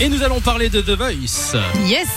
Et nous allons parler de The Voice. Yes.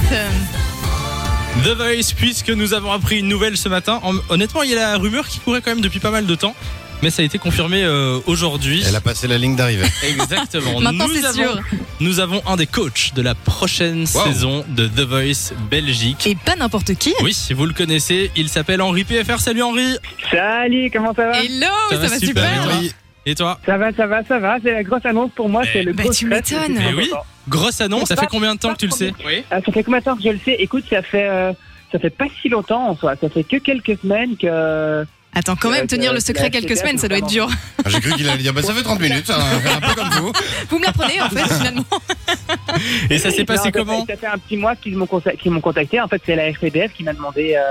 The Voice, puisque nous avons appris une nouvelle ce matin. Hon- Honnêtement, il y a la rumeur qui courait quand même depuis pas mal de temps. Mais ça a été confirmé euh, aujourd'hui. Elle a passé la ligne d'arrivée. Exactement. Maintenant, nous, c'est avons, sûr. nous avons un des coachs de la prochaine Wow. saison de The Voice Belgique. Et pas n'importe qui. Oui, si vous le connaissez, il s'appelle Henri PFR. Salut Henri Salut, comment ça va Hello, Oh, ça, va super. Et toi, Oui. Et toi Ça va, ça va, ça va. C'est la grosse annonce pour moi, Eh, c'est le bah, gros tu stress, m'étonnes. je suis Mais trop oui. content. Grosse annonce, ça fait combien de temps que tu le sais Ah, ça fait combien de temps que je le sais Écoute, ça fait euh, ça fait pas si longtemps en soi. Ça fait que quelques semaines que. Attends, quand même, Ouais, tenir c'est- le secret c'est quelques assez semaines, ça doit être dur. Ah, J'ai cru qu'il allait dire bah, ça fait 30 minutes, ça, un peu comme vous. Vous me l'apprenez en fait finalement. Et ça s'est Non, passé ça fait- comment Ça fait un petit mois qu'ils m'ont consa- qu'ils m'ont contacté. En fait, c'est la RCDF qui m'a demandé euh,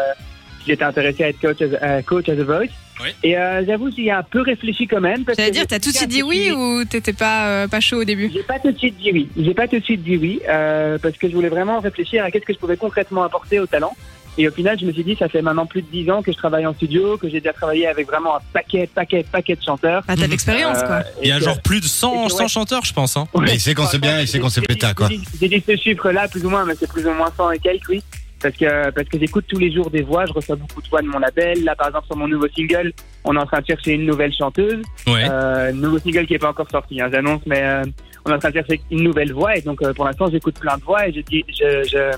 si j'étais intéressé à être coach as, euh, coach as a voice. Oui. Et euh, j'avoue, j'y ai un peu réfléchi quand même. parce J'allais que dire, j'ai- t'as tout de suite dit oui ou t'étais pas euh, pas chaud au début J'ai pas tout de suite dit oui. J'ai pas tout de suite dit oui euh, parce que je voulais vraiment réfléchir à qu'est-ce que je pouvais concrètement apporter au talent. Et au final, je me suis dit, ça fait maintenant plus de 10 ans que je travaille en studio, que j'ai déjà travaillé avec vraiment un paquet, paquet, paquet de chanteurs. Mhm. Bah t'as de l'expérience Euh, quoi. Il y a et que- genre plus de 100, et que ouais. 100 chanteurs, je pense. Hein. Mais il sait qu'on sait bien, il sait qu'on s'est péta, quoi. J'ai dit- J'ai dit ce chiffre-là, plus ou moins, mais c'est plus ou moins 100 et quelques, oui. Parce que, parce que j'écoute tous les jours des voix, je reçois beaucoup de voix de mon label. Là, par exemple, sur mon nouveau single, on est en train de chercher une nouvelle chanteuse. Ouais. Euh, nouveau single qui n'est pas encore sorti, hein, j'annonce, mais euh, on est en train de chercher une nouvelle voix. Et donc, euh, pour l'instant, j'écoute plein de voix et je, dis, je, je,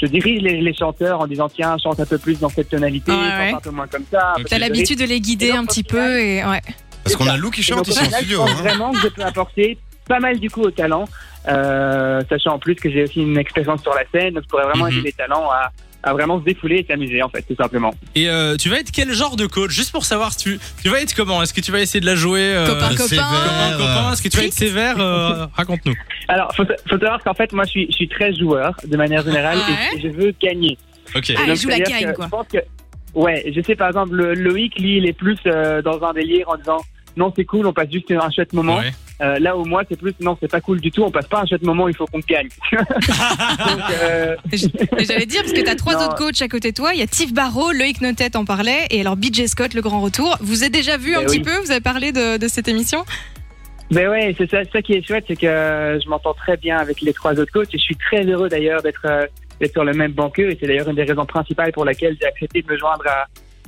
je dirige les, les chanteurs en disant tiens, chante un peu plus dans cette tonalité, Ouais, chante Ah ouais. un peu moins comme ça. Donc, T'as l'habitude de les guider Et donc, un au petit final- peu et ouais. Parce qu'on a Lou qui Et donc, chante au ici en final, studio. Je pense hein. vraiment que je peux apporter pas mal du coup au talent, euh, sachant en plus que j'ai aussi une expérience sur la scène, donc je pourrais vraiment Mhm. aider les talents à, à vraiment se défouler et s'amuser en fait, tout simplement. Et euh, tu vas être quel genre de coach Juste pour savoir, si tu, tu vas être comment Est-ce que tu vas essayer de la jouer euh, Copain, Le copain. copain, sévère, copain Est-ce que tu vas être Strict. sévère euh, Raconte-nous. Alors, faut, sa- faut savoir qu'en fait, moi, je suis, je suis très joueur de manière générale Ah Ouais. et je veux gagner. Ok. Ah, il Donc, joue la c'est-à-dire gagne, que quoi. Je pense que, ouais, je sais par exemple, le- Loïc, lui, il est plus euh, dans un délire en disant non, c'est cool, on passe juste un chouette moment. Ouais. Euh, là où moi, c'est plus non, c'est pas cool du tout, on passe pas un chouette moment, il faut qu'on gagne. Donc, euh, Et J'allais dire parce que t'as trois Non. autres coachs à côté de toi. Il y a Tiff Barrault, Loïc Notet en parlait et alors BJ Scott, le grand retour. Vous avez déjà vu un Eh petit oui. peu Vous avez parlé de, de cette émission Ben ouais, c'est ça, ça qui est chouette, c'est que euh, je m'entends très bien avec les trois autres coachs et je suis très heureux d'ailleurs d'être euh, d'être sur le même banc qu'eux et c'est d'ailleurs une des raisons principales pour laquelle j'ai accepté de me joindre à,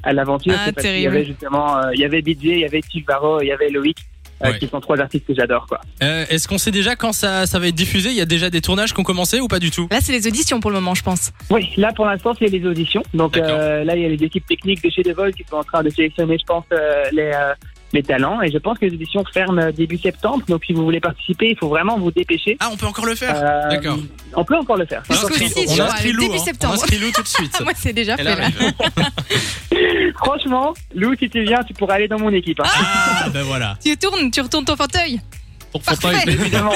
à l'aventure. Ah, c'est parce qu'il y terrible. avait justement, euh, il y avait BJ, il y avait Steve Barrow, il y avait Loïc, euh, Ouais. qui sont trois artistes que j'adore quoi. Euh, Est-ce qu'on sait déjà quand ça, ça va être diffusé Il y a déjà des tournages qui ont commencé ou pas du tout Là, c'est les auditions pour le moment, je pense. Oui, là pour l'instant c'est les auditions, donc D'accord. euh, là il y a les équipes techniques de chez Devol qui sont en train de sélectionner, je pense, euh, les euh, les talents et je pense que les auditions ferment euh, début septembre, donc si vous voulez participer, il faut vraiment vous dépêcher. Ah, on peut encore le faire Euh, D'accord. Ah, On peut encore le faire. On Parce que inscrit- si, on je crois, inscrit le Lou, début hein. septembre. On inscrit Lou tout de suite. Ah, Moi, c'est déjà fait. Elle Là. arrive. Franchement, Lou, si tu viens, tu pourras aller dans mon équipe. Hein. Ah, ben voilà. Tu tournes, tu retournes ton fauteuil. Pour, pour toi, Parfait. Évidemment.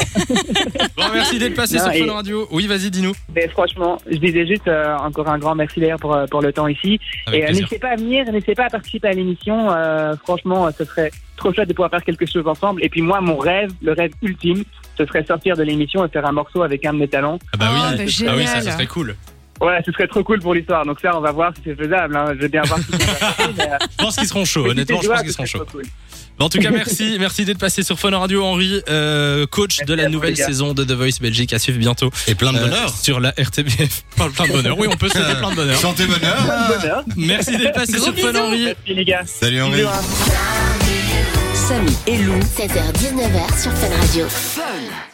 Bon, merci d'être passé Non, sur et- Fun Radio. Oui, vas-y, dis-nous. Mais franchement, je disais juste euh, encore un grand merci d'ailleurs pour, euh, pour le temps ici. Avec et plaisir. euh, n'hésitez pas à venir, n'hésitez pas à participer à l'émission. Euh, franchement, euh, ce serait trop chouette de pouvoir faire quelque chose ensemble. Et puis moi, mon rêve, le rêve ultime, ce serait sortir de l'émission et faire un morceau avec un de mes talents. Ah, bah Ah, oui. bah, Ah génial. oui, ça, ça serait cool. Ouais, ce serait trop cool pour l'histoire. Donc ça, on va voir si c'est faisable. Hein. Je vais bien voir si c'est faisable. mais, euh, Je pense qu'ils seront chauds. si Honnêtement, c'est je pense jouable, qu'ils ce seront serait chauds. trop cool. Bon, en tout cas, merci. merci d'être passé sur Fun Radio, Henri, euh, coach de à la vous, nouvelle les gars. saison de The Voice Belgique à suivre bientôt. Et plein de euh, bonheur. Sur la RTBF. Plein plein de bonheur. Oui, on peut se souhaiter plein de bonheur. Chantez bonheur. Bonne bonheur. Merci d'être passé Gros sur Fun bisous. Henri. Merci les gars. Salut Henri. Bisous, hein. Samy et Lou. 16h-19h sur Fun Radio. Fun.